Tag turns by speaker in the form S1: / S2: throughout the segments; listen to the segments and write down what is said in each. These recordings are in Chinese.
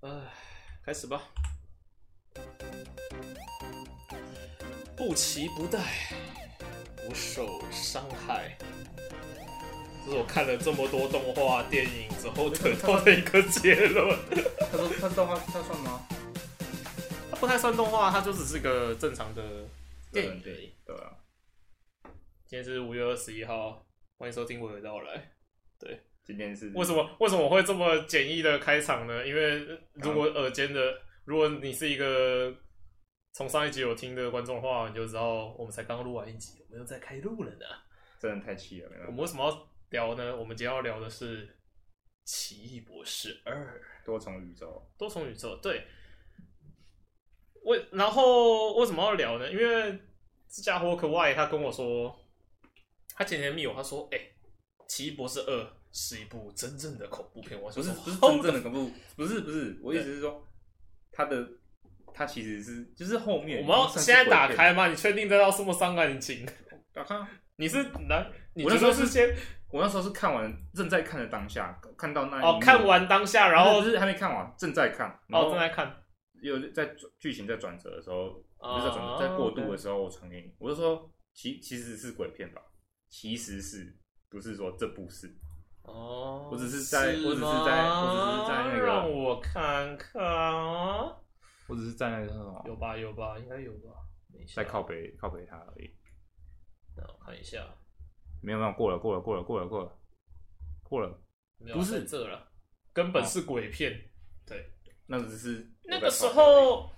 S1: 哎，开始吧。不期不待，不受伤害。这是我看了这么多动画电影之后得到的一个结论。
S2: 他说他是动画，他算吗？
S1: 它不太算动画，它就只是个正常的电影。
S2: 对对啊，
S1: 今天是五月二十一号，欢迎收听《娓娓道来》。对，
S2: 今天是
S1: 为什？么为什么我会这么简易的开场呢？因为呃如果耳尖的，如果你是一个从上一集有听的观众的话，你就知道我们才刚录完一集，我们又在开录了呢。
S2: 真的太气了，没
S1: 我
S2: 办法
S1: 们为什么要聊呢？我们今天要聊的是《奇异博士二》
S2: 多重宇宙，
S1: 多重宇宙。对，为然后为什么要聊呢？因为这家伙可外他跟我说，他前天密我，他说：“哎、奇异博士二》是一部真正的恐怖片。”我说：“
S2: 不是不是
S1: 哦
S2: 真正的恐怖， 不是不是，我意思是说，他的他其实是就是后面
S1: 我们要
S2: 算是
S1: 现在
S2: 鬼
S1: 打
S2: 片
S1: 开吗？你确定这要什么伤感情？
S2: 打开啊。
S1: 你是难？你
S2: 我
S1: 觉
S2: 那时
S1: 得
S2: 候
S1: 是
S2: 是
S1: 先
S2: 我那时候是看完正在看的当下，看到那一
S1: 哦
S2: 幕
S1: 看，完当下，然后
S2: 不是就是还没看完，正在看，然
S1: 哦
S2: 后
S1: 正在看，
S2: 又在转剧情在转折的时候，
S1: 哦
S2: 不是在转折，在过渡的时候，我传给你，我就说其其实是鬼片吧，其实是不是说这部是？
S1: 哦
S2: 我只是在
S1: 吗
S2: 我只是在我只是在那个
S1: 让我看看啊，
S2: 我只是在那个什么
S1: 有吧有吧，应该有吧，等一下
S2: 在靠，北靠北他而已，
S1: 那我看一下，
S2: 没有没有过了过了过了过了过了过了，
S1: 没有啊
S2: 不是哦
S1: 在这了，根本是鬼片。对，
S2: 那只是
S1: 那个时候，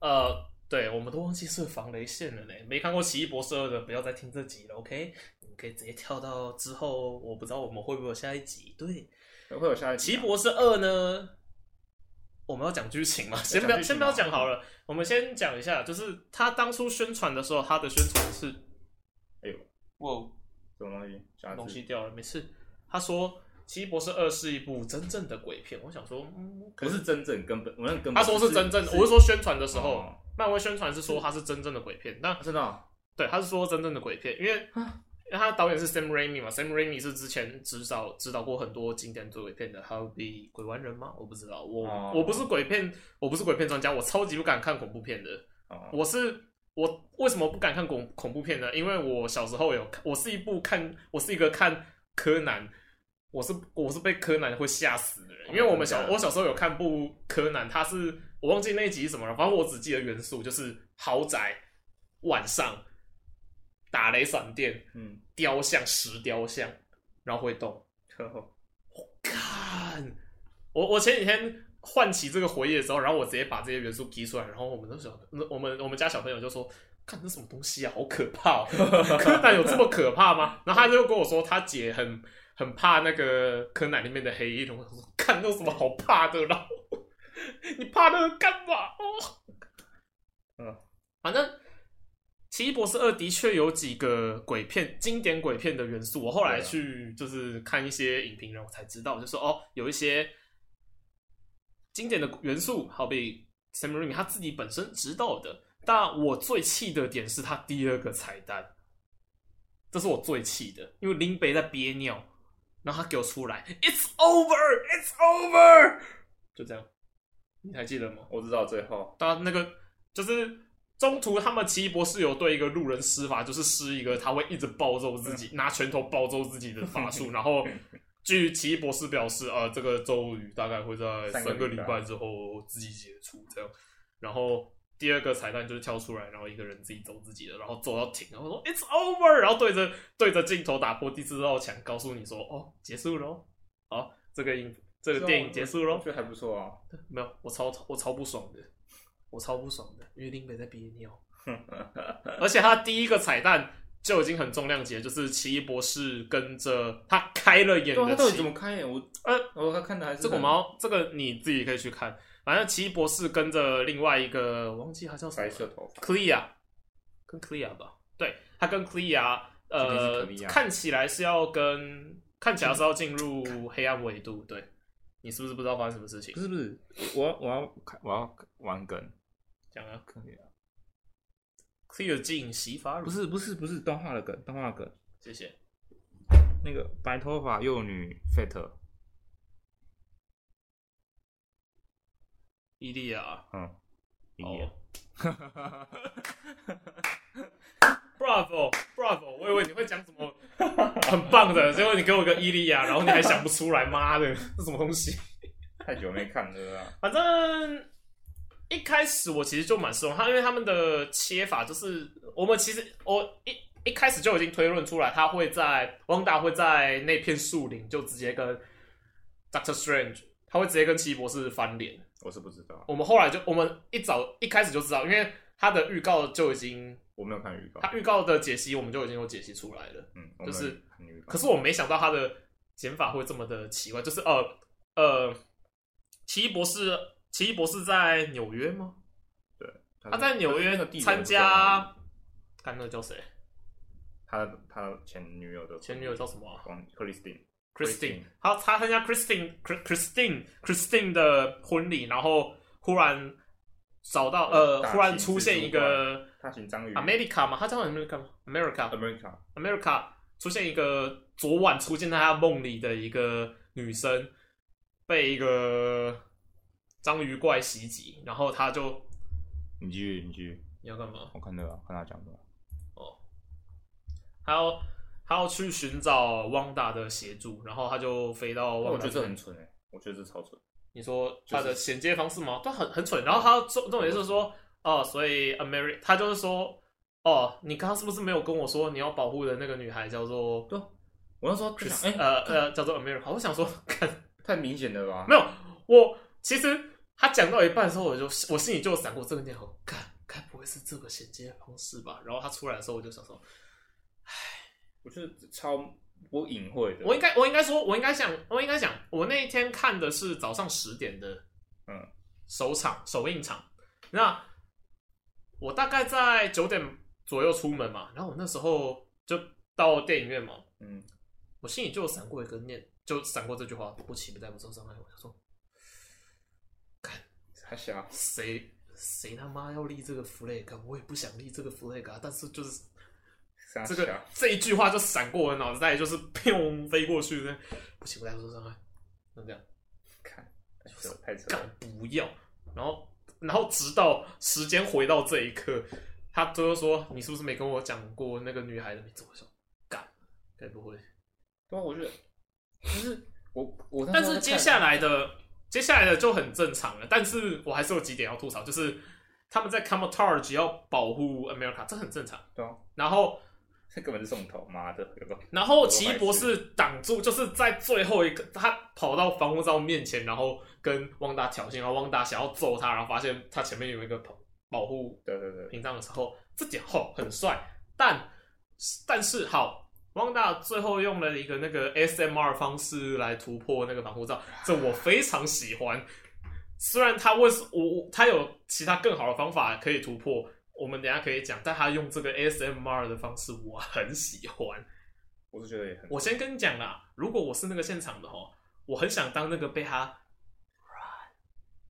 S1: 呃，对，我们都忘记设防雷线了呢。没看过《奇异博士二》的，不要再听这集了，OK？你们可以直接跳到之后，我不知道我们会不会有下一集。对，《
S2: 会有下一
S1: 奇
S2: 集
S1: 异
S2: 啊
S1: 博士二》呢，我们要讲剧情嘛，先不要
S2: 讲剧情
S1: 先
S2: 吗
S1: 不要讲好了，我们先讲一下，就是他当初宣传的时候，他的宣传是，
S2: 哎呦，
S1: 哇，
S2: 什么东西？下
S1: 东西
S2: 次
S1: 掉了，没事。他说《奇异博士二》是一部真正的鬼片，我想说，嗯，可
S2: 不是真正根本，我那根本
S1: 他说是真正，我是
S2: 说
S1: 说宣传的时候，
S2: 哦
S1: 漫威宣传是说它是真正的鬼片，那
S2: 真的哦
S1: 对，他是说真正的鬼片，因为
S2: 啊
S1: 因为他的导演是 Sam Raimi 嘛，Sam Raimi 是之前指导指导过很多经典鬼片的，还有比《鬼玩人》吗？我不知道，我、
S2: 哦
S1: 我不是鬼片，我不是鬼片专家，我超级不敢看恐怖片的，
S2: 哦，
S1: 我是。我为什么不敢看恐恐怖片呢？因为我小时候有看，我是一部看，我是一个看柯南，我是我是被柯南会吓死的人，因为我们小
S2: 哦真的
S1: 我小时候有看部柯南，他是我忘记那一集是什么了，反正我只记得元素就是豪宅晚上打雷闪电，
S2: 嗯，
S1: 雕像石雕像，然后会动，
S2: 呵呵
S1: 看，我我前几天唤起这个回忆的时候，然后我直接把这些元素提出来，然后我们都小，我们我们家小朋友就说：“看这什么东西啊，好可怕、哦！柯南有这么可怕吗？”然后他就跟我说，他姐很很怕那个柯南里面的黑衣人。我想说：“看那有什么好怕的？”然后 你怕那个干嘛？哦，
S2: 嗯，
S1: 反正《奇异博士二》的确有几个鬼片经典鬼片的元素。我后来
S2: 对啊
S1: 去就是看一些影评人，我才知道，就说哦，有一些经典的元素，好比 Sam Raimi 他自己本身指导的。但我最气的点是他第二个彩蛋，这是我最气的，因为林北在憋尿，然后他给我出来，It's over, It's over，就这样，你还记得吗？
S2: 我知道最后
S1: 他那个就是中途他们奇异博士有对一个路人施法，就是施一个他会一直暴揍自己，拿拳头暴揍自己的法术。然后据奇异博士表示，呃，这个咒语大概会在
S2: 三
S1: 三个
S2: 个
S1: 礼
S2: 礼拜
S1: 拜之后自己解除，这样。然后第二个彩蛋就是跳出来，然后一个人自己走自己的，然后走到停，然后说 It's over，然后对着对着镜头打破第四道墙，告诉你说哦，结束喽，好，这个影这个电影结束喽
S2: 我。觉得还不错啊。
S1: 没有，我超我超不爽的，我超不爽的，因为林北在憋 尿，而且他第一个彩蛋就已经很重量级了，就是奇异博士跟着他开了眼
S2: 对啊，他
S1: 的
S2: 到底
S1: 奇
S2: 怎么开眼？我
S1: 呃
S2: 呃，我看的还是
S1: 这个我
S2: 很
S1: 们要这个你自己可以去看，反正奇异博士跟着另外一个我忘记他叫什么
S2: 白
S1: 了
S2: 色头发，
S1: ，Clea，跟 Clea 吧，对他跟 Clea，呃
S2: 肯定是 Clea
S1: 看起来是要跟看起来是要进
S2: 嗯
S1: 入黑暗维度，对你是不是不知道发生什么事情
S2: 不？是不是，我要我要看我要玩梗，
S1: 讲啊，Clea 进洗发乳
S2: 不，是不是不是动画的梗，动画的梗，
S1: 谢谢。
S2: 那个白头发幼女 Fate，
S1: 伊利亚
S2: 嗯，一
S1: 哦
S2: 眼。
S1: ，Bravo Bravo，我以为你会讲什 么很棒的，结果你给我个伊利亚，然后你还想不出来， 妈的，这什么东西？
S2: 太久没看了啊，
S1: 反正一开始我其实就蛮失望，他因为他们的切法就是我们其实我一一开始就已经推论出来，他会在汪达会在那片树林就直接跟 Doctor Strange，他会直接跟奇异博士翻脸。
S2: 我是不知道，
S1: 我们后来就我们一早一开始就知道，因为他的预告就已经
S2: 我没有看预告。
S1: 他预告的解析我们就已经有解析出来了。
S2: 嗯，
S1: 就
S2: 就是是预告
S1: 可。是我没想到他的减法会这么的奇怪，就是呃呃，奇异博士，奇异博士在纽约吗？
S2: 呃
S1: 他在纽约
S2: 的地
S1: 参加，看那个叫谁？
S2: 他他前女友的
S1: 前女友叫什么啊
S2: 黄 Christine，
S1: Christine，
S2: Christine
S1: 他他参加 Christine Chris- Christine Christine 的婚礼，然后忽然找到呃，
S2: 大
S1: 忽然
S2: 型
S1: 出
S2: 蜘
S1: 现
S2: 蛛
S1: 一个
S2: 他请章鱼
S1: America 嘛，他叫 America 吗？America
S2: America，
S1: America 出现一个昨晚出现在他梦里的一个女生，被一个章鱼怪袭击，然后他就
S2: 你继续你继续，
S1: 你要干嘛？
S2: 我看这个看他讲什么。
S1: 他要他要去寻找汪达的协助，然后他就飞到
S2: 我
S1: 汪达
S2: 觉
S1: 那边。
S2: 得这很蠢哎，我觉得这超蠢。
S1: 你说他的衔接方式吗？他很很蠢。然后他重重点是说，哦，所以 Ameri 他就是说，哦，你刚刚是不是没有跟我说你要保护的那个女孩叫做
S2: 对，我那时候就想，哎，
S1: 呃呃叫做 America？我想说，看
S2: 太明显了吧？
S1: 没有，我其实他讲到一半的时候，我就我心里就有闪过这个念头，该该不会是这个衔接方式吧？然后他出来的时候，我就想说，
S2: 我觉得超我隐晦的。
S1: 我应该我应该说，我应该想，我应该想，我那一天看的是早上十点的，
S2: 嗯，
S1: 首场首映场，那我大概在九点左右出门嘛，然后我那时候就到电影院嘛，
S2: 嗯，
S1: 我心里就有闪过一个念，就闪过这句话，不期不待，不受伤害，我想说。
S2: 他瞎。
S1: 谁谁他妈要立这个 flag，我啊也不想立这个 flag 啊，但是就是
S2: 傻
S1: 这个
S2: 小
S1: 这一句话就闪过我的脑袋，就是哎砰飞过去的，不行，我再受伤害，就这样
S2: 看，太扯太扯了。
S1: 干不要，然后然后直到时间回到这一刻，他最后说你是不是没跟我讲过那个女孩的名字？我说干，该不会？
S2: 对啊，我觉得就是我我那时
S1: 但
S2: 候在看，
S1: 是接下来的接下来的就很正常了，但是我还是有几点要吐槽，就是他们在 Camotage 要保护 America，这很正常，
S2: 对啊，
S1: 然后。
S2: 这根本是送头，妈的，有个
S1: 然后奇异博士挡住，就是在最后一个，他跑到防护罩面前，然后跟汪达挑衅，然后汪达想要揍他，然后发现他前面有一个保保护
S2: 对对对，
S1: 屏障的时候，这点好很帅，但但是好。汪达最后用了一个那个 SMR 方式来突破那个防护罩，这我非常喜欢。虽然他为什我我他有其他更好的方法可以突破，我们等一下可以讲，但他用这个 SMR 的方式我很喜欢。
S2: 我是觉得也很
S1: 我先跟你讲啦，如果我是那个现场的哦，我很想当那个被他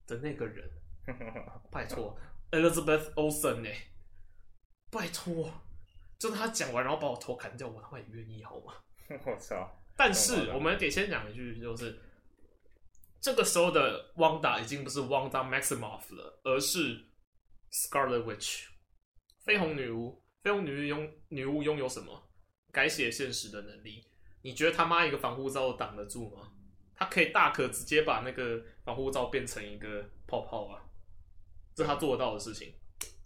S1: 的那个人，拜托，Elizabeth Olsen 哎、拜托，就是他讲完然后把我头砍掉，我他妈也愿意好吗？
S2: 我
S1: 啊
S2: 操，
S1: 但是我们得先讲一句，就是这个时候的汪达已经不是汪达 Maximoff 了，而是 Scarlet Witch，绯红女巫。绯红女巫拥女巫拥有什么？改写现实的能力。你觉得他妈一个防护罩挡得住吗？他可以大可直接把那个防护罩变成一个泡泡啊，这是他做得到的事情。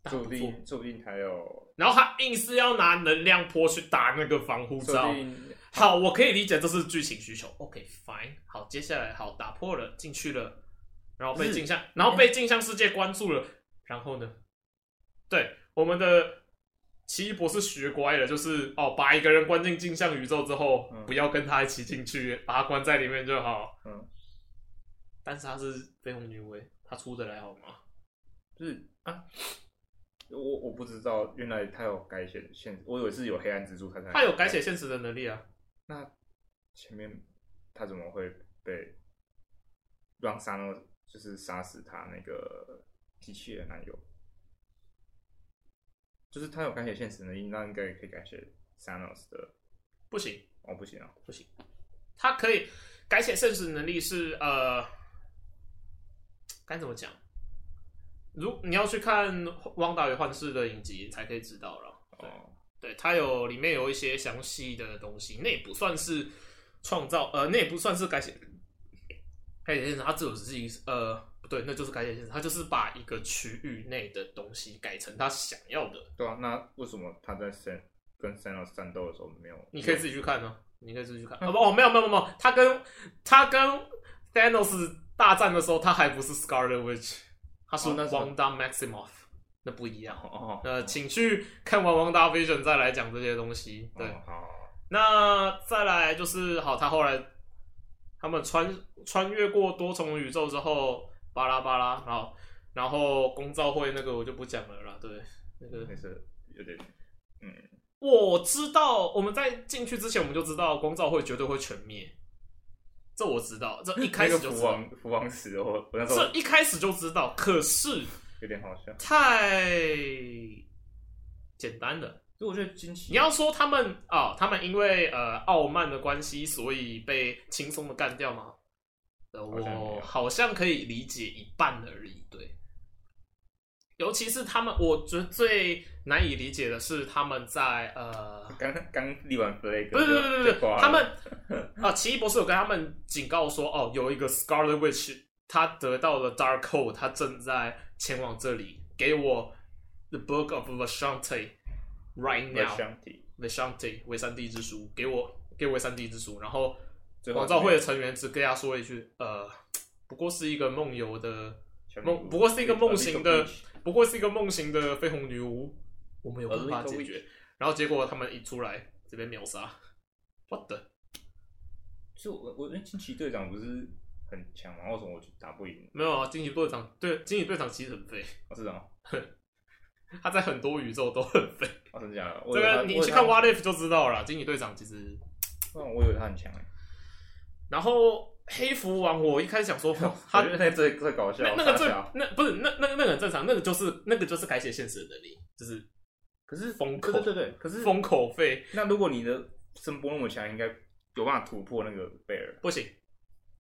S1: 但
S2: 说
S1: 他
S2: 不
S1: 不做，
S2: 定说不定还有，
S1: 然后他硬是要拿能量波去打那个防护
S2: 说
S1: 罩
S2: 不，定
S1: 好，我可以理解这是剧情需求。OK，fine、好，接下来好打破了，进去了，然后被镜
S2: 嗯
S1: 像，然后被镜像世界关注了，然后呢？对，我们的奇异博士学乖了，就是哦，把一个人关进镜像宇宙之后，
S2: 嗯
S1: 不要跟他一起进去，把他关在里面就好。
S2: 嗯，
S1: 但是他是绯红女巫，欸他出得来好吗？
S2: 就是啊，我我不知道，原来他有改写现，我以为是有黑暗蜘蛛，他才
S1: 他有改写现实的能力啊。
S2: 那前面他怎么会被让沙诺就是杀死他那个机器人男友？就是他有改写现实能力，那应该也可以改写 Thanos 的。
S1: 不行，
S2: 哦，不行啊，
S1: 他可以改写现实能力是呃，该怎么讲？如你要去看《汪达与幻视》的影集才可以知道了。对
S2: 哦，
S1: 对，它有里面有一些详细的东西，那也不算是创造，呃，那也不算是改写改写现实，它只有只是一呃，不对，那就是改写现实，它就是把一个区域内的东西改成他想要的，
S2: 对啊，那为什么他在 San 跟 Thanos 战斗的时候没有？
S1: 你可以自己去看呢、你可以自己去
S2: 嗯
S1: 看。哦不，哦，没有没有没有，他跟他跟 Thanos 大战的时候，他还不是 Scarlet Witch，他是
S2: 哦那是
S1: Wanda Maximoff，那不一样。
S2: 哦哦，
S1: 呃，请去看完《Wanda Vision》再来讲这些东西。对，
S2: 哦好，好
S1: 那再来就是好，他后来他们穿穿越过多重宇宙之后，巴拉巴拉，然后然后公造会那个我就不讲了啦，对，那个
S2: 那是有点，嗯，
S1: 我知道，我们在进去之前我们就知道光照会绝对会全灭，这我知道， 这一开
S2: 那
S1: 始
S2: 个
S1: 就知
S2: 福
S1: 道，
S2: 王福王死了，我我那时候
S1: 这一开始就知道。可是
S2: 有点好笑。
S1: 太简单了。
S2: 所以我觉得惊奇，
S1: 你要说他们啊、他们因为呃傲慢的关系，所以被轻松的干掉吗？呃，
S2: 好像没有
S1: 我好像可以理解一半而已。对，尤其是他们，我觉得最难以理解的是他们在呃
S2: 刚刚立完 flag，
S1: 不是不
S2: 就是
S1: 不是不
S2: 就
S1: 是
S2: 挂，了
S1: 他们啊，奇异博士有跟他们警告说，哦，有一个 Scarlet Witch，他得到了 Dark Code，他正在前往这里，给我 The Book of Vashanti right
S2: 没有
S1: now，
S2: 相提，
S1: Vishanti 维三地之书，给我给维三地之书，然后
S2: 最后
S1: 广照会的成员只跟他说一句，呃，不过是一个梦游的梦，不过是一个梦行的，不过是一个梦行的绯红女巫，我们有办法解决。然后结果他们一出来，这边秒杀，what the？
S2: 就我我觉得惊奇队长不是很强吗？为什么我就打不赢？
S1: 没有啊，惊奇队长对惊奇队长其实很废，
S2: 我是哦长，
S1: 他在很多宇宙都很废。
S2: 我哦真的假的？我
S1: 这
S2: 以为他
S1: 个你去看《
S2: 我以为
S1: What If》就知道了啦，惊奇队长其实
S2: 他我以为他很强哎，
S1: 然后黑蝠王，我一开始想说， 哦他
S2: 我觉得那最最搞笑，
S1: 那那个最
S2: 傻笑
S1: 那不是那那那个很正常，那个就是那个就是改写现实的能力，就是
S2: 可是
S1: 封口
S2: 对对对对，可是
S1: 封口费
S2: 那如果你的声波那么强，应该有办法突破那个贝尔，
S1: 不行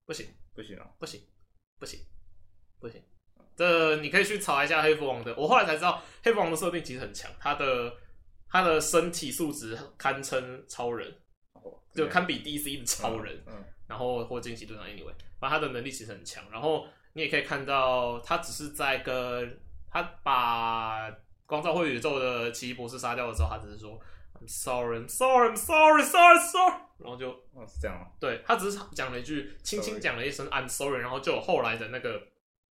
S1: 不行
S2: 不行啊，
S1: 不行不行不行，这你可以去查一下黑蝠王的。我后来才知道，黑蝠王的设定其实很强，他的他的身体素质堪称超人，
S2: 哦
S1: 就堪比 DC 的超人。，
S2: 嗯嗯，
S1: 然后或惊奇队长 anyway，反正他的能力其实很强。然后你也可以看到，他只是在跟他把光照会宇宙的奇异博士杀掉的时候，他只是说 I'm sorry, I'm sorry, I'm sorry, sorry, sorry，然后就
S2: 哦是这样哦，
S1: 对他只是讲了一句，轻轻
S2: Sorry
S1: 讲了一声 I'm sorry，然后就有后来的那个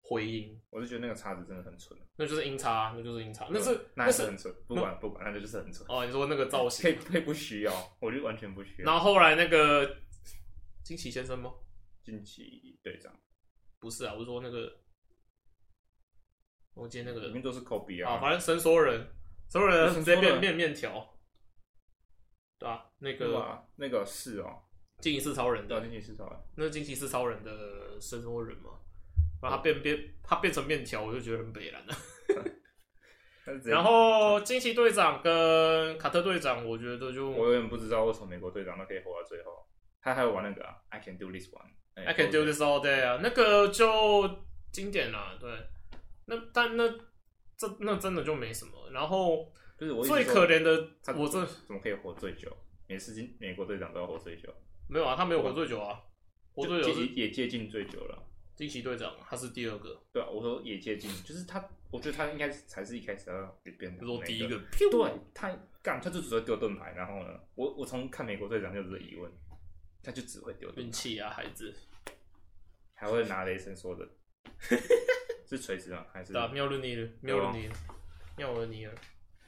S1: 回音，
S2: 我就觉得那个叉子真的很蠢，
S1: 那就是音叉，啊那就是音叉，那是
S2: 那
S1: 那
S2: 还是
S1: 是
S2: 很蠢，不管不管，那个就是很蠢，
S1: 哦，你说那个造型
S2: 可以可以不需要，我就完全不需
S1: 然
S2: 要。
S1: 后后来那个惊奇先生吗？
S2: 惊奇队长
S1: 不是啊，我是说那个，我记得那个
S2: 里面都是科比
S1: 啊，
S2: 啊，
S1: 反正伸缩人，所有
S2: 那
S1: 人直
S2: 伸
S1: 接
S2: 缩
S1: 变
S2: 人
S1: 面面条，对啊，那
S2: 对
S1: 个
S2: 吧？那个是哦，
S1: 惊奇四超人
S2: 对啊，
S1: 的，
S2: 惊奇是啥？
S1: 那是惊奇四超人的伸缩人嘛，然后他变变他变成面条，我就觉得很北然了。
S2: 但是直接
S1: 然后惊奇队长跟卡特队长，我觉得
S2: 我
S1: 就
S2: 有点不知道为什么美国队长都可以活到最后，他还有玩那个、啊、I can do this one，哎
S1: I can do this all day 啊，那个就经典啦，对，那但那这那真的就没什么。然后
S2: 就是我一直
S1: 最
S2: 说
S1: 可怜的
S2: 他，
S1: 我这
S2: 怎么可以活最久？每次进美国队长都要活最久，
S1: 没有啊，他没有活最久啊，活最久
S2: 就也
S1: 是
S2: 也接近最久了。
S1: 惊奇队长，他是第二个。
S2: 对啊，我说也接近，就是他，我觉得他应该是才是一开始要变
S1: 比
S2: 成
S1: 如说第一
S2: 那
S1: 个
S2: 个。，对他干，他就只会丢盾牌，然后呢，我我从看美国队长就有这个疑问，他就只会丢盾
S1: 运
S2: 牌，
S1: 气啊，孩子，
S2: 还会拿雷 神说的，是锤子吗？还是
S1: 对啊，妙伦尼尔，妙伦尼尔，
S2: 啊
S1: 妙伦尼尔。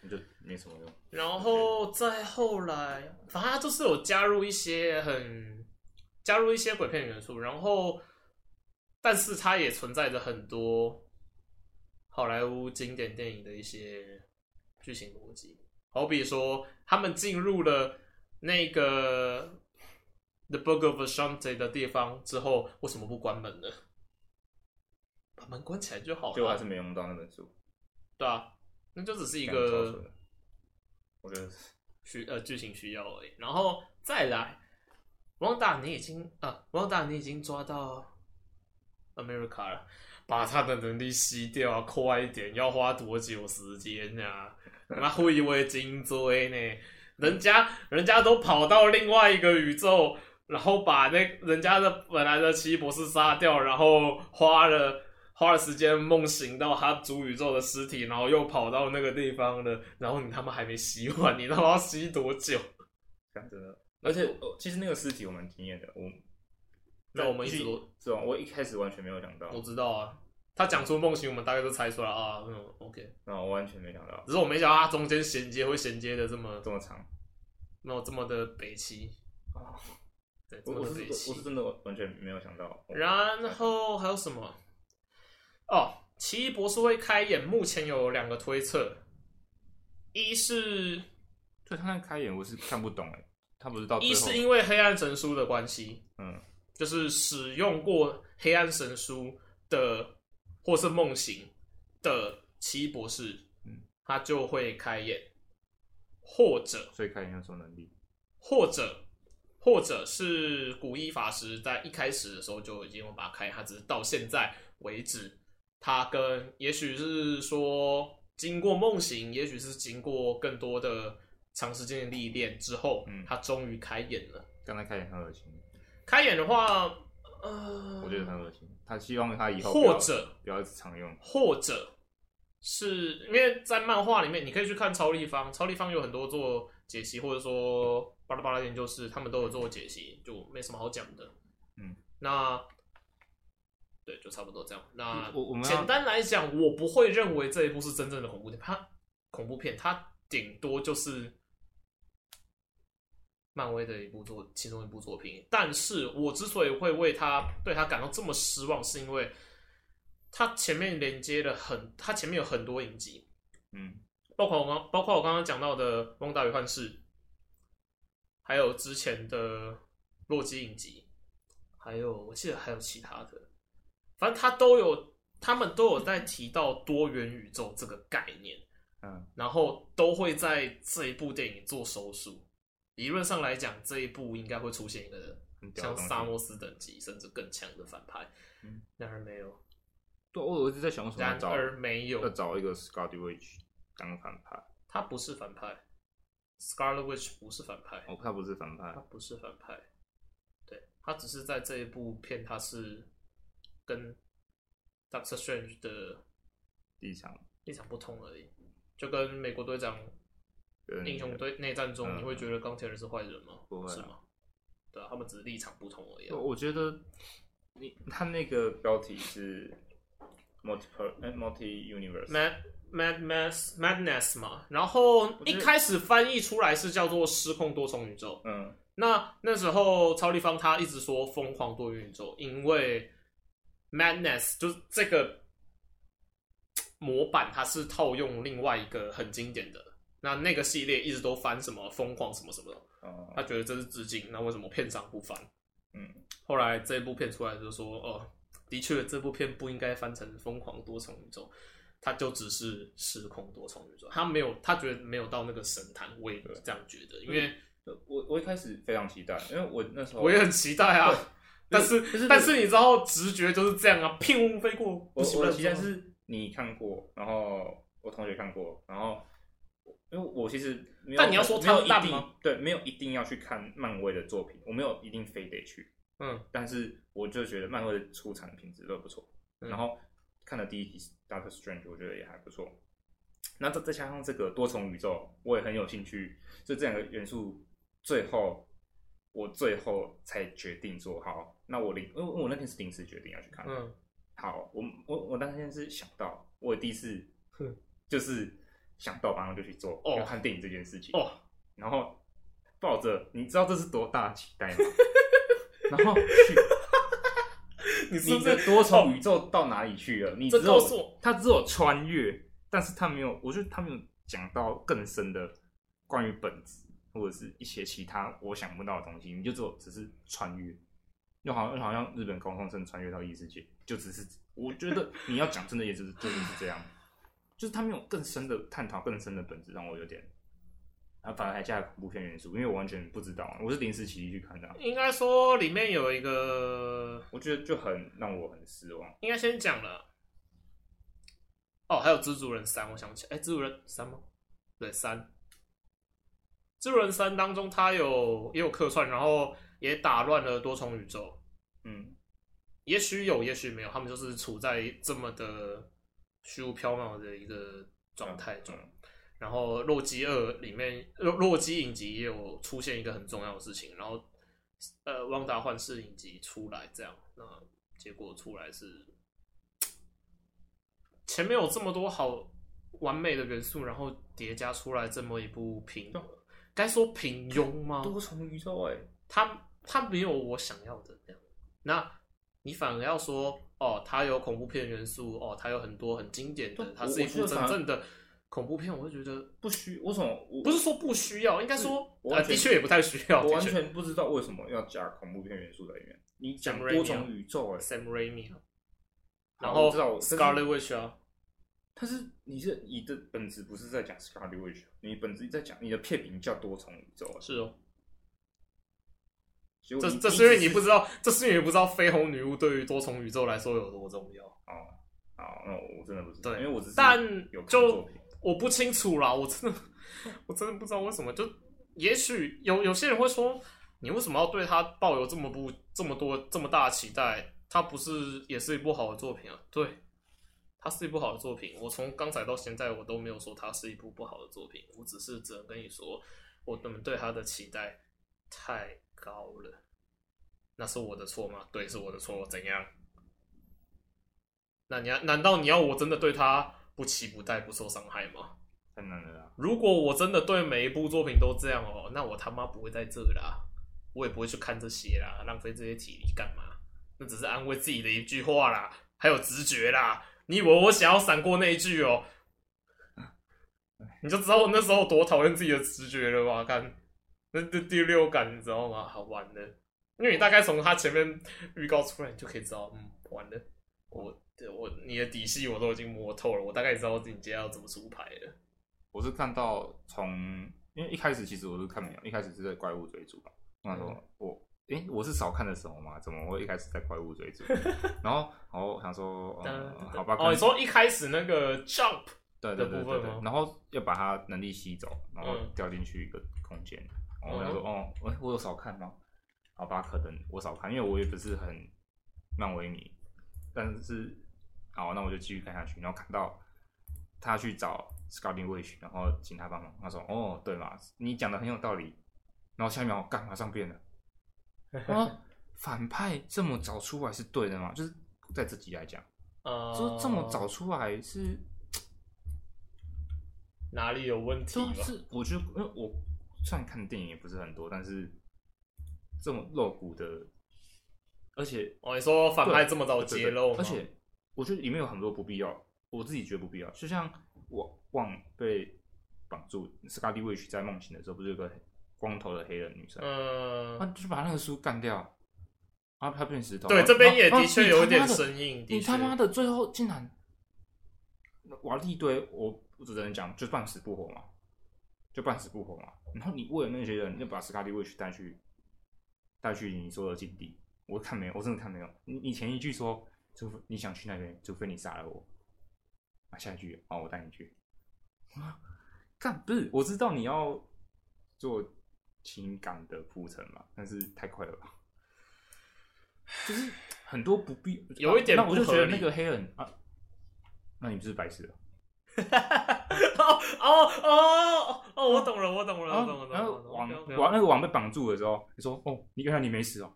S2: 你就没什么用？
S1: 然后再后来，反正他就是有加入一些很加入一些鬼片元素，然后，但是它也存在着很多好莱坞经典电影的一些剧情逻辑，好比说他们进入了那个 The Book of Shanti 的地方之后，为什么不关门呢？把门关起来就好
S2: 结果还
S1: 了
S2: 是
S1: 啊，
S2: 没用到那本书。
S1: 对啊，那就只是一
S2: 一
S1: 个。，
S2: 我觉得
S1: 需呃剧情需要而已。然后呃再来，汪达你已经啊，汪达你已经抓到 America 了，把他的能力吸掉啊，快一点，要花多久时间啊？妈会为金追呢？人家人家都跑到另外一个宇宙，然后把那人家的本来的奇异博士杀掉，然后花了。花了时间梦醒到他主宇宙的尸体，然后又跑到那个地方了，然后你他妈还没吸完，你他妈要吸多久？
S2: 这样真的。而且呃其实那个尸体我蛮惊艳的，我
S1: 那我们一直都
S2: 是吧？我一开始完全没有想到，
S1: 我知道啊，他讲出梦醒，我们大概都猜出来啊，嗯，OK。
S2: 那我完全没想到
S1: 只是我没想到他中间衔接会衔接的这么
S2: 这么长。
S1: 没有这么的北齐，
S2: 哦
S1: 对，这
S2: 我
S1: 么
S2: 我
S1: 的
S2: 是
S1: 北
S2: 我
S1: 齐
S2: 是。真的完全没有想到。
S1: 然后还有什么？哦，奇异博士会开演，目前有两个推测，一是
S2: 对他那开眼我是看不懂哎，他不是到最
S1: 一
S2: 后
S1: 是因为黑暗神书的关系，
S2: 嗯
S1: 就是使用过黑暗神书的或是梦行的奇异博士
S2: 嗯，
S1: 他就会开眼，或者
S2: 所以开眼要什么能力？
S1: 或者或者是古一法师在一开始的时候就已经有把它开，他只是到现在为止，他跟也许是说经过梦行，也许是经过更多的长时间的历练之后，
S2: 嗯
S1: 他终于开眼了。
S2: 刚才开眼很恶心，
S1: 开眼的话，呃，
S2: 我觉得很恶心。他希望他以后不要
S1: 或者
S2: 不要常用，
S1: 或者是因为在漫画里面，你可以去看超立方，超立方有很多做解析，或者说巴拉巴拉研究室，他们都有做解析，就没什么好讲的。
S2: 嗯，
S1: 那对，就差不多这样。那
S2: 嗯我我们要
S1: 啊简单来讲，我不会认为这一部是真正的恐怖片，它恐怖片它顶多就是漫威的一部作其中一部作品。但是我之所以会为它对它感到这么失望，是因为它前面连接了很，它前面有很多影集，
S2: 嗯
S1: 包括我刚包括我刚刚讲到的《汪达与幻视》，还有之前的《洛基》影集，还有我记得还有其他的，反正他都有，他们都有在提到多元宇宙这个概念，
S2: 嗯
S1: 然后都会在这一部电影做手术。理论上来讲，这一部应该会出现一个
S2: 很屌
S1: 像
S2: 的东西
S1: 萨诺斯等级甚至更强的反派
S2: 嗯，
S1: 然而没有，
S2: 对，我我一直在想为什么要
S1: 然
S2: 找
S1: 而没有
S2: 要，找一个 Scotty Witch 当反派，
S1: 他不是反派，Scarlet Witch 不是反派。
S2: 哦，他不是反派
S1: 他，不是反派，对他只是在这一部片他是跟 Doctor Strange 的
S2: 地场
S1: 立场不同而已，就跟美国队长
S2: 跟
S1: 英雄队内战中，
S2: 嗯
S1: 你会觉得钢铁人是坏人吗？
S2: 不会啊
S1: 是吗？对啊，他们只是立场不同而已啊
S2: 我。我觉得你他那个标题是呃 multi multi universe，
S1: Mad Mad Mass Madness 嘛，然后
S2: 我
S1: 一
S2: 觉得
S1: 开始翻译出来是叫做失控多重宇宙，
S2: 嗯，
S1: 那那时候超立方他一直说疯狂多元宇宙，因为 madness 就是这个嘖模板，它是套用另外一个很经典的。那那个系列一直都翻什么疯狂什么什么的，他
S2: 哦，
S1: 觉得这是致敬，那为什么片商不翻？
S2: 嗯，
S1: 后来这部片出来就说，哦，的确这部片不应该翻成疯狂多重宇宙，它就只是失控多重宇宙，他没有，他觉得没有到那个神坛，我也这样觉得，因为。
S2: 我我一开始非常期待，因为我那时候
S1: 我也很期待啊。但是
S2: 可是
S1: 但是你知道，直觉就是这样啊，砰飞过。不
S2: 我
S1: 喜
S2: 我
S1: 欢
S2: 的期待是你看过，然后我同学看过，然后因为我其实没有
S1: 但你要说
S2: 没有
S1: 它烂
S2: 一定
S1: 吗？
S2: 对，没有一定要去看漫威的作品，我没有一定非得去，
S1: 嗯，
S2: 但是我就觉得漫威的出产品质都不错，
S1: 嗯
S2: 然后看了第一集《Doctor Strange》，我觉得也还不错。那再再加上这个多重宇宙，我也很有兴趣。所以这两个元素，最后我最后才决定说好，那我临，因为因为我那天是临时决定要去看，
S1: 嗯，
S2: 好，我我我当天是想到，我第一次
S1: 哼
S2: 就是想到马上就去做
S1: 哦
S2: 要看电影这件事情
S1: 哦，
S2: 然后抱着你知道这是多大的期待 吗？然后去
S1: 你是
S2: 嗯你
S1: 不
S2: 的
S1: 是哦
S2: 多重宇宙到哪里去了？你
S1: 这
S2: 只
S1: 告诉
S2: 有
S1: 我
S2: 他只有穿越，但是他没有，我觉得他没有讲到更深的关于本质或者是一些其他我想不到的东西，你就只有只是穿越。就好像就好像日本高中生穿越到异世界，就只是我觉得你要讲真的也只是就是这样，就是他没有更深的探讨更深的本质，让我有点然啊后反而还加了恐怖片元素，因为我完全不知道啊，我是临时起意去看的啊、
S1: 应该说里面有一个，
S2: 我觉得就很让我很失望。
S1: 应该先讲了。哦，还有蜘蛛人三，我想起来，哎、蜘蛛人三吗？对，三。蜘蛛人三当中，他有也有客串，然后也打乱了多重宇宙。
S2: 嗯，
S1: 也许有，也许没有，他们就是处在这么的虚无缥缈的一个状态中。
S2: 嗯
S1: 然后《洛基二》里面，《洛洛基》影集也有出现一个很重要的事情，然后呃，《旺达幻视》影集出来，这样那结果出来是前面有这么多好完美的元素，然后叠加出来这么一部平，该说平庸吗？
S2: 多重宇宙哎、
S1: 他他没有我想要的那样。那你反而要说，哦，它有恐怖片元素，哦，它有很多很经典的
S2: 对，
S1: 它
S2: 我
S1: 是一
S2: 我觉
S1: 部
S2: 得反
S1: 真
S2: 而
S1: 正的恐怖片，我会觉得
S2: 不需为什么我
S1: 不是说不需要，应该说
S2: 我
S1: 呃，
S2: 嗯完全
S1: 的确也不太需要。
S2: 我完
S1: 的确
S2: 全不知道为什么要加恐怖片元素在里面。你讲
S1: Sam
S2: 多重宇宙哎、
S1: Sam Raimi，啊
S2: 好
S1: 然后
S2: 我知道我
S1: Scarlet Witch 啊，
S2: 但是你这你的本质不是在讲 Scarlet Witch，你本质在讲你的片名叫多重宇宙、啊。
S1: 是哦，
S2: 结果
S1: 这
S2: 你
S1: 这是因为你
S2: 只
S1: 不知道，这是因为你不知道绯红女巫对于多重宇宙来说有多重要。
S2: 哦，好，那我真的不知道，
S1: 对
S2: 因为我只是
S1: 但
S2: 有看
S1: 就
S2: 作品，
S1: 我不清楚啦，我真的 我真的不知道为什么。就也许有有些人会说，你为什么要对他抱有这么不这么多这么大的期待？它不是也是一部好的作品啊？对，它是一部好的作品。我从刚才到现在，我都没有说它是一部不好的作品，我只是只能跟你说，我们对它的期待太高了。那是我的错吗？对，是我的错。怎样？那你要难道你要我真的对他不期不待、不受伤害吗？
S2: 太难了啦。
S1: 如果我真的对每一部作品都这样哦，那我他妈不会在这啦，我也不会去看这些啦，浪费这些体力干嘛？那只是安慰自己的一句话啦，还有直觉啦。你以为我想要闪过那一句哦？你就知道我那时候有多讨厌自己的直觉了吧？看，那那第六感你知道吗？好完了，因为你大概从他前面预告出来，你就可以知道，嗯，完了，我对我你的底细我都已经摸透了，我大概知道你接下来要怎么出牌了。
S2: 我是看到从，因为一开始其实我是看没有，一开始是在怪物追逐嘛。那时
S1: 嗯
S2: 候我，诶、我是少看的时候嘛，怎么会一开始在怪物追逐？ 然后，然后我 想说，嗯，好吧，可
S1: 哦，
S2: 能
S1: 你说一开始那个 jump，
S2: 对对
S1: 的
S2: 对
S1: 部
S2: 对
S1: 分
S2: 对
S1: 吗，
S2: 然后要把他能力吸走，然后
S1: 嗯
S2: 掉进去一个空间。然后我想说，哦，我我有少看吗？好吧，可能我少看，因为我也不是很漫威迷。但是，好，那我就继续看下去。然后看到他去找 Scouting Wish，然后请他帮忙。他说，哦，对嘛，你讲的很有道理。然后下一秒，干，马上 变了。啊，反派这么早出来是对的吗？就是在这集来讲，
S1: 呃，
S2: 说这么早出来是
S1: 哪里有问题
S2: 就
S1: 吧？
S2: 是我觉得，因为我虽然看的电影也不是很多，但是这种露骨的，而且
S1: 哦，你说 反派这么早
S2: 对对
S1: 揭露吗
S2: 而且我觉得里面有很多不必要，我自己觉得不必要。就像我忘被绑住 s c a r l e t Witch 在梦醒的时候，不是有个光头的黑人女生，
S1: 嗯，
S2: 她就把那个书干掉，然后她变石头。
S1: 对，
S2: 然后
S1: 这边也
S2: 然后
S1: 的确
S2: 你
S1: 有
S2: 啊他妈
S1: 点
S2: 的
S1: 生硬，
S2: 你
S1: 的确
S2: 他妈的最后竟然玩一堆，我只能讲就半死不活嘛，就半死不活嘛。然后你为了那些人，就把 Scotty Witch 带去带去你说的境地，我看没有，我真的看没有。你你前一句说，除非你想去那边，除非你杀了我，啊，下一句哦，我带你去。干不是，我知道你要做情感的铺陈嘛，但是太快了吧？就是很多不必，
S1: 有一点
S2: 那我就
S1: 不合
S2: 觉得
S1: 理
S2: 那个黑人啊，那你不是白痴了？
S1: 哦哦哦哦，我懂了，我懂了，
S2: 然
S1: 我懂了，
S2: 后
S1: 我
S2: 然后
S1: 懂了
S2: 啊网
S1: 不用不用
S2: 网那个网被绑住的时候，你说哦，你原来你没死哦，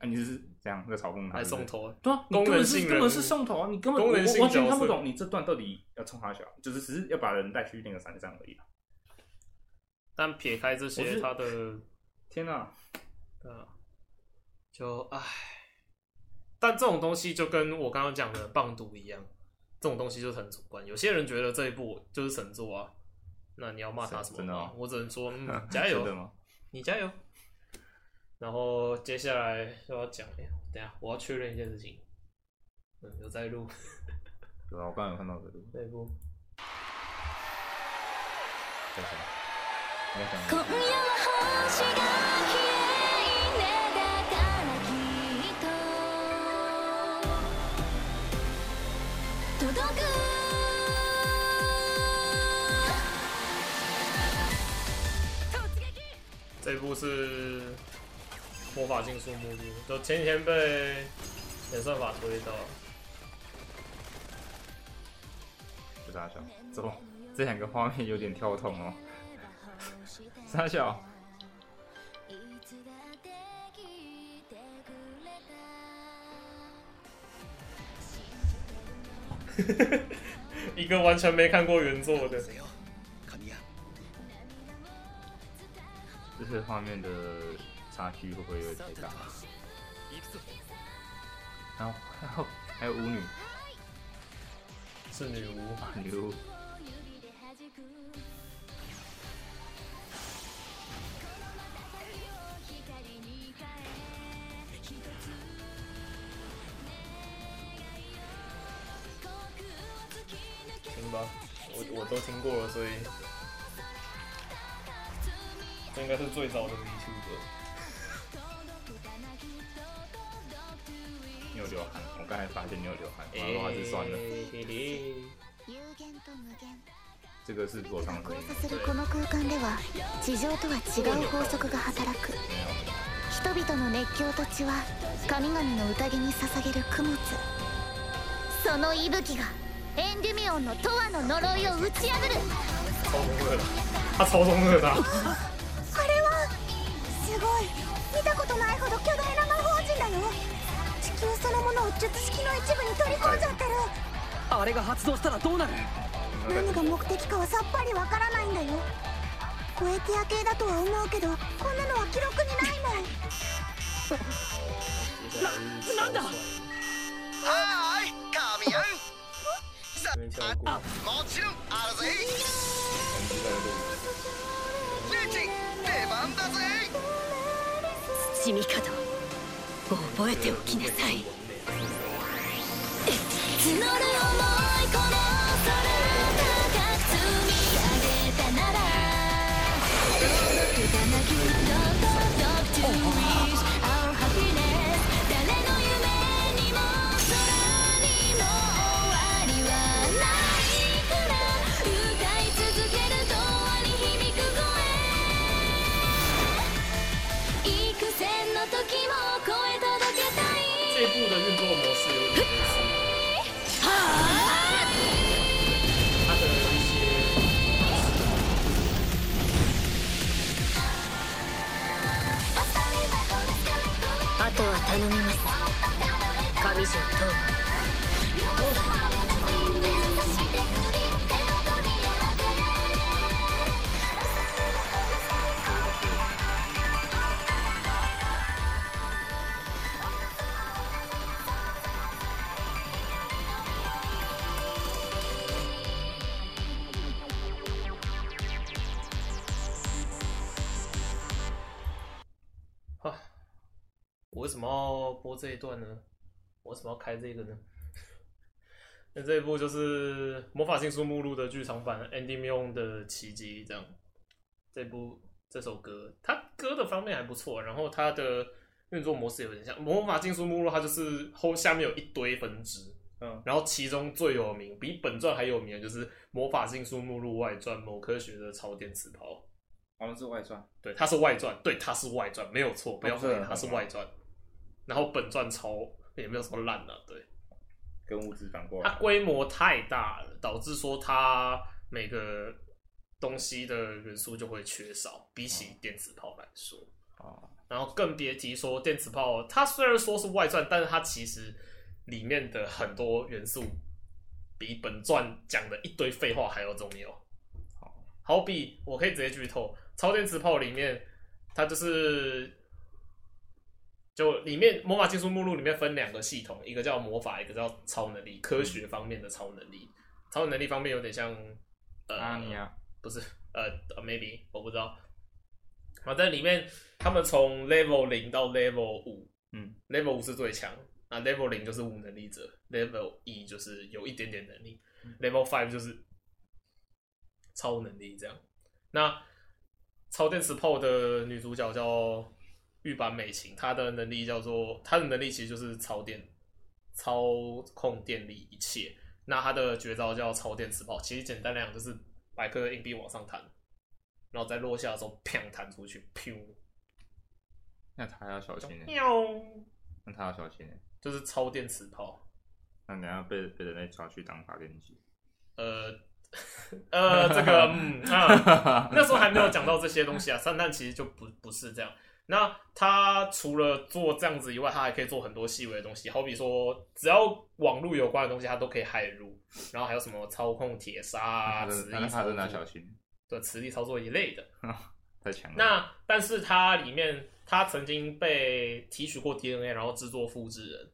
S2: 啊，你是这样在嘲讽他
S1: 还
S2: 是不是
S1: 送头欸，
S2: 对啊，你
S1: 功
S2: 根
S1: 能
S2: 本
S1: 性
S2: 是
S1: 人物
S2: 根本是送头啊！你根本
S1: 功
S2: 我
S1: 能性
S2: 我完全
S1: 角
S2: 看不
S1: 色
S2: 懂你这段到底要冲他小，就是只是要把人带去那个山上而已啊。
S1: 但撇开这
S2: 我
S1: 些，
S2: 是
S1: 他的
S2: 天哪、
S1: 嗯，就唉，但这种东西就跟我刚刚讲的棒读一样，这种东西就是很主观。有些人觉得这一部就是神作啊，那你要骂他
S2: 是
S1: 什么
S2: 真的
S1: 吗
S2: 吗
S1: 我只能说， 嗯，加油
S2: 真的，吗？
S1: 你加油。然后接下来就要讲，哎、等一下我要确认一件事情，嗯，有在录
S2: 对啊，我刚刚有看到这个。
S1: 这一部，
S2: 在什么我想
S3: 今夜は星が綺麗ねだからきっと届く突撃
S1: 这一部是魔法禁术目录，就前几天被演算法推到，
S2: 不大小，走，这两个画面有点跳痛哦。傻笑，
S1: 一个完全没看过原作的，
S4: 神谷
S2: 这些画面的差距会不会有点太大？然后还有还有舞女，
S1: 是女巫。
S2: 啊女巫，
S1: 听吧，我我都听过了，所以这应该是最早的 Me Too 歌。
S2: 你有流汗，我刚才发现你有流汗，我说还是算了。
S1: 哎
S5: 有限と無限
S2: 这个是左上声
S5: 交
S2: 音，
S5: 差するこの空間では地上とは違う法則が働く人々の熱狂と血は神々の宴に捧げる供物その息吹がエンデュミオンの「とわの呪い」を打ち破る
S1: 超中二的，他超中二的啊、
S5: あれはすごい見たことないほど巨大な魔法陣だよ地球そのものを術式の一部に取り込んじゃってる
S4: あれが発動したらどうなる
S5: 何が目的かはさっぱりわからないんだよコエティア系だとは思うけどこんなのは記録にないもん
S6: はーい神やん
S1: 没跳过。
S6: もちろんあるぜレジ出番だぜ
S3: 土味方覚えておきなさい
S5: 募る想いこの空高く積み上げたなら届くかなきっと Talk to reach our happiness 誰の夢にも空にも終わりはないから歌い続けるとに響く声幾千の時も声届けたい
S1: 这一部的运作模式有点类似，它的一些
S3: あとは頼みます上条と
S1: 啊，我为什么要播这一段呢？我为什么要开这个呢？ 那这一部就是《魔法禁书目录》的剧场版《Andy m i o n 的奇迹》这样。这部这首歌，它歌的方面还不错，然后它的运作模式有点像《魔法禁书目录》，它就是后下面有一堆分支，
S2: 嗯，
S1: 然后其中最有名，比本传还有名的就是《魔法禁书目录外传：某科学的超电磁炮》。
S2: 好像是外传，
S1: 对，它是外传，对，它是外传，没有错，不要
S2: 不
S1: 怀
S2: 是
S1: 疑，它是外传。然后本传超也没有什么烂的、对，
S2: 跟物质反过
S1: 它
S2: 来，
S1: 规模太大了，导致说它每个东西的元素就会缺少，比起电磁炮来说，
S2: 哦，
S1: 然后更别提说电磁炮，它虽然说是外传，但是它其实里面的很多元素比本传讲的一堆废话还要重要。
S2: 好，
S1: 好比我可以直接剧透，《超电磁炮》里面，它就是就里面魔法技术目录里面分两个系统，一个叫魔法，一个叫超能力，科学方面的超能力。超能力方面有点像呃，
S2: 阿尼亚，
S1: 不是呃呃，maybe 我不知道。好，在里面他们从 level 零到 level 五
S2: 嗯，
S1: ，level 五是最强啊，level 零就是无能力者，level 一就是有一点点能力，level five 就是超能力这样。那超电磁炮的女主角叫玉版美琴，她的能力叫做她的能力其实就是超电操控电力一切。那她的绝招叫超电磁炮，其实简单来讲就是把一颗硬币往上弹，然后在落下的时候砰弹出去，噗，
S2: 那他要小心、欸，
S1: 喵，
S2: 那他要小心、欸，
S1: 就是超电磁炮。
S2: 那等下被被人类抓去当发电机。
S1: 呃 呃，这个嗯啊，那时候还没有讲到这些东西啊。散弹其实就不不是这样。那他除了做这样子以外，他还可以做很多细微的东西，好比说，只要网络有关的东西，他都可以害入。然后还有什么操控铁砂啊、
S2: 那他
S1: 磁
S2: 真
S1: 力
S2: 那
S1: 操
S2: 他
S1: 作
S2: 真的要小心，
S1: 对磁力操作一类的。
S2: 太强了。
S1: 那但是它里面，它曾经被提取过 DNA，然后制作复制人，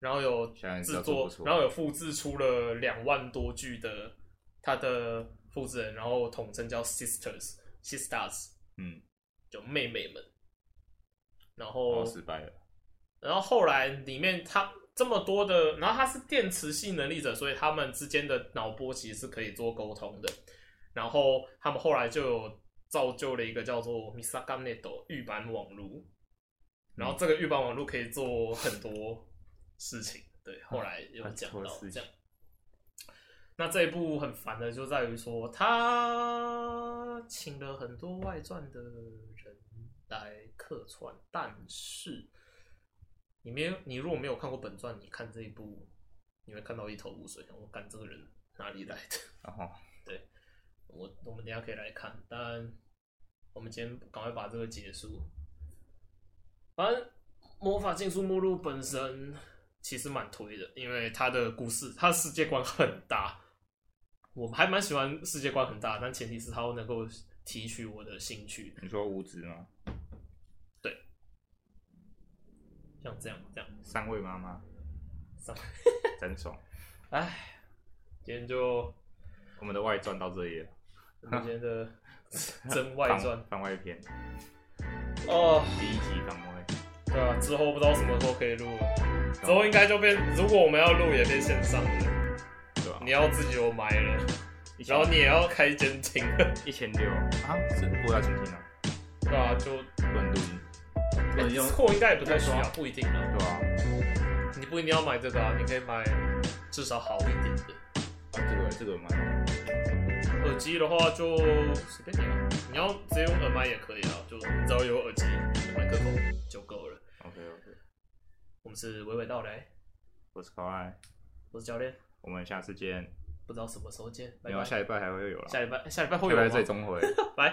S1: 然后有
S2: 想来知
S1: 制
S2: 道做
S1: 作
S2: 不错，
S1: 然后有复制出了两万多具的它的复制人，然后统称叫 Sisters Sisters，
S2: 嗯，
S1: 就妹妹们。然
S2: 然
S1: 后
S2: 后失败了，
S1: 然后后来里面它这么多的，然后它是电磁性能力者，所以他们之间的脑波其实是可以做沟通的。然后他们后来就有造就了一个叫做 Misaganeto 预版网路，然
S2: 嗯
S1: 后这个预版网路可以做很多事情。对，后来有讲
S2: 啊很
S1: 到
S2: 多事情
S1: 这样。那这一部很烦的就在于说，他请了很多外传的人来客串，但是你没有，你如果没有看过本传，你看这一部，你会看到一头雾水，想我干这个人哪里来的？
S2: 然后
S1: 我我们等一下可以来看，但我们今天赶快把这个结束。反正《魔法禁书目录》本身其实蛮推的，因为它的故事、它的世界观很大，我还蛮喜欢世界观很大，但前提是它能够提取我的兴趣，
S2: 你说无知吗？
S1: 像这样这样。
S2: 三位妈妈
S1: 上，
S2: 真爽。
S1: 唉，今天就
S2: 我们的外传到这里了，
S1: 我们今天的真外传
S2: 番番外篇
S1: 哦，
S2: 第一集番外，
S1: 对啊，之后不知道什么时候可以录了，之后应该就变，如果我们要录也变线上了。
S2: 对啊吧？
S1: 你要自己有买了，
S2: 一千
S1: 然后你也要开监 听，
S2: 一千六啊，是不过要请听啊，
S1: 对吧、就
S2: 不能录音，不能用，
S1: 哎错应该也不太需要，不一定啊。
S2: 对吧？
S1: 你不一定要买这个啊，你可以买至少好一点的
S2: 啊这个这个蛮
S1: 耳机的话就随便你啊，你要直接用耳麦也可以啊，就你只要有耳机、有麦克风就够了。
S2: OK OK，
S1: 我们是娓娓道来，
S2: 我是可爱，
S1: 我是教练，
S2: 我们下次见。
S1: 不知道什么时候见，拜
S2: 然
S1: 拜。
S2: 后下礼拜还会有了，
S1: 下礼拜下礼拜会
S2: 下
S1: 有
S2: 礼拜最
S1: 吗？
S2: 终回。
S1: 拜。